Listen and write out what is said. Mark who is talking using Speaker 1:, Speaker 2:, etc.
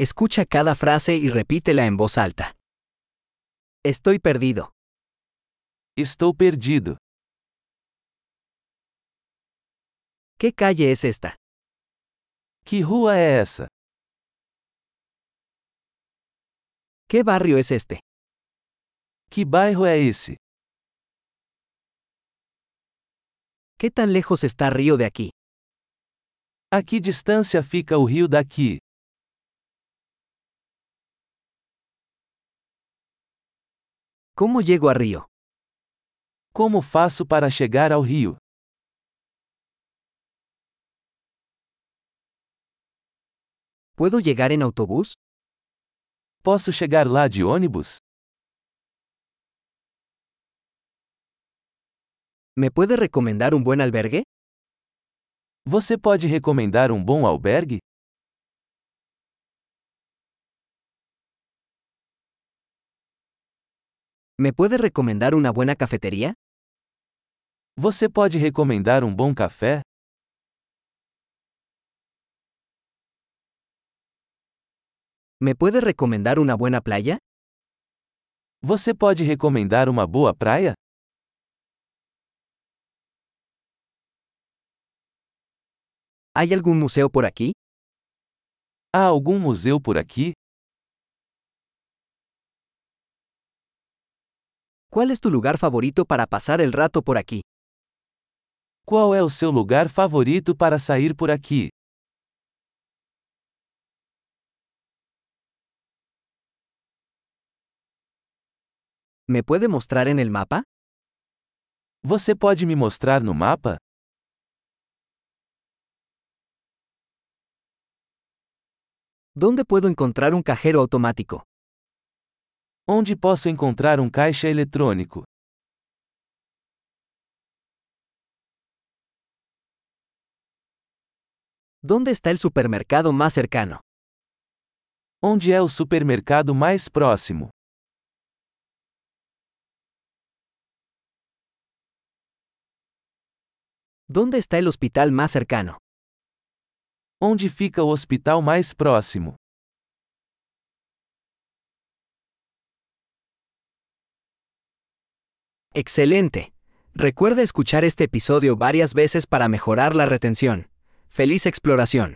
Speaker 1: Escucha cada frase y repítela en voz alta. Estoy perdido.
Speaker 2: Estou perdido.
Speaker 1: ¿Qué calle es esta?
Speaker 2: Que rua é essa?
Speaker 1: ¿Qué barrio es este?
Speaker 2: Que bairro é esse?
Speaker 1: ¿Qué tan lejos está Río de aquí?
Speaker 2: A que distância fica o rio daqui?
Speaker 1: ¿Cómo llego a Río?
Speaker 2: Como faço para chegar ao rio?
Speaker 1: ¿Puedo llegar en autobús?
Speaker 2: Posso chegar lá de ônibus?
Speaker 1: ¿Me puede recomendar un buen albergue?
Speaker 2: Você pode recomendar um bom albergue?
Speaker 1: ¿Me puede recomendar una buena cafetería?
Speaker 2: Você pode recomendar um bom café?
Speaker 1: ¿Me puede recomendar una buena playa?
Speaker 2: Você pode recomendar uma boa praia?
Speaker 1: ¿Hay algún museo por aquí?
Speaker 2: Há algum museu por aqui?
Speaker 1: ¿Cuál es tu lugar favorito para pasar el rato por aquí?
Speaker 2: Qual é o seu lugar favorito para sair por aqui?
Speaker 1: ¿Me puede mostrar en el mapa?
Speaker 2: Você pode me mostrar no mapa?
Speaker 1: ¿Dónde puedo encontrar un cajero automático?
Speaker 2: Onde posso encontrar um caixa eletrônico?
Speaker 1: ¿Dónde está el supermercado más cercano?
Speaker 2: Onde é o supermercado mais próximo?
Speaker 1: ¿Dónde está el hospital más cercano?
Speaker 2: Onde fica o hospital mais próximo?
Speaker 1: Excelente. Recuerda escuchar este episodio varias veces para mejorar la retención. ¡Feliz exploración!